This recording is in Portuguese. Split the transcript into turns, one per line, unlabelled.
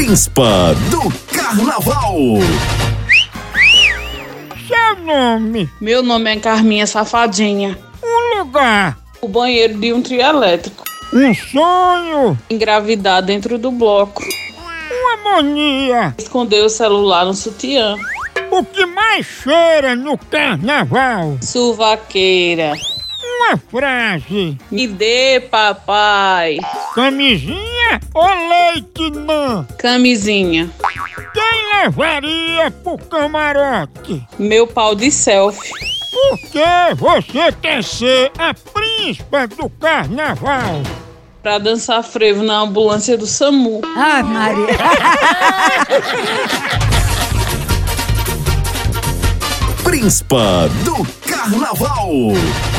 Inspa do Carnaval.
Seu nome,
Meu nome é Carminha Safadinha.
um lugar,
O banheiro de um trio elétrico.
um sonho,
Engravidar dentro do bloco.
uma mania.
Esconder o celular no sutiã.
O que mais cheira no carnaval?
Suvaqueira.
Uma frase,
Me dê, papai.
camisinha ou leite não?
Camisinha.
Quem levaria pro camarote?
Meu pau de selfie.
Por que você quer ser a príncipa do carnaval?
Pra dançar frevo na ambulância do SAMU.
Ai, Maria.
Príncipa do Carnaval.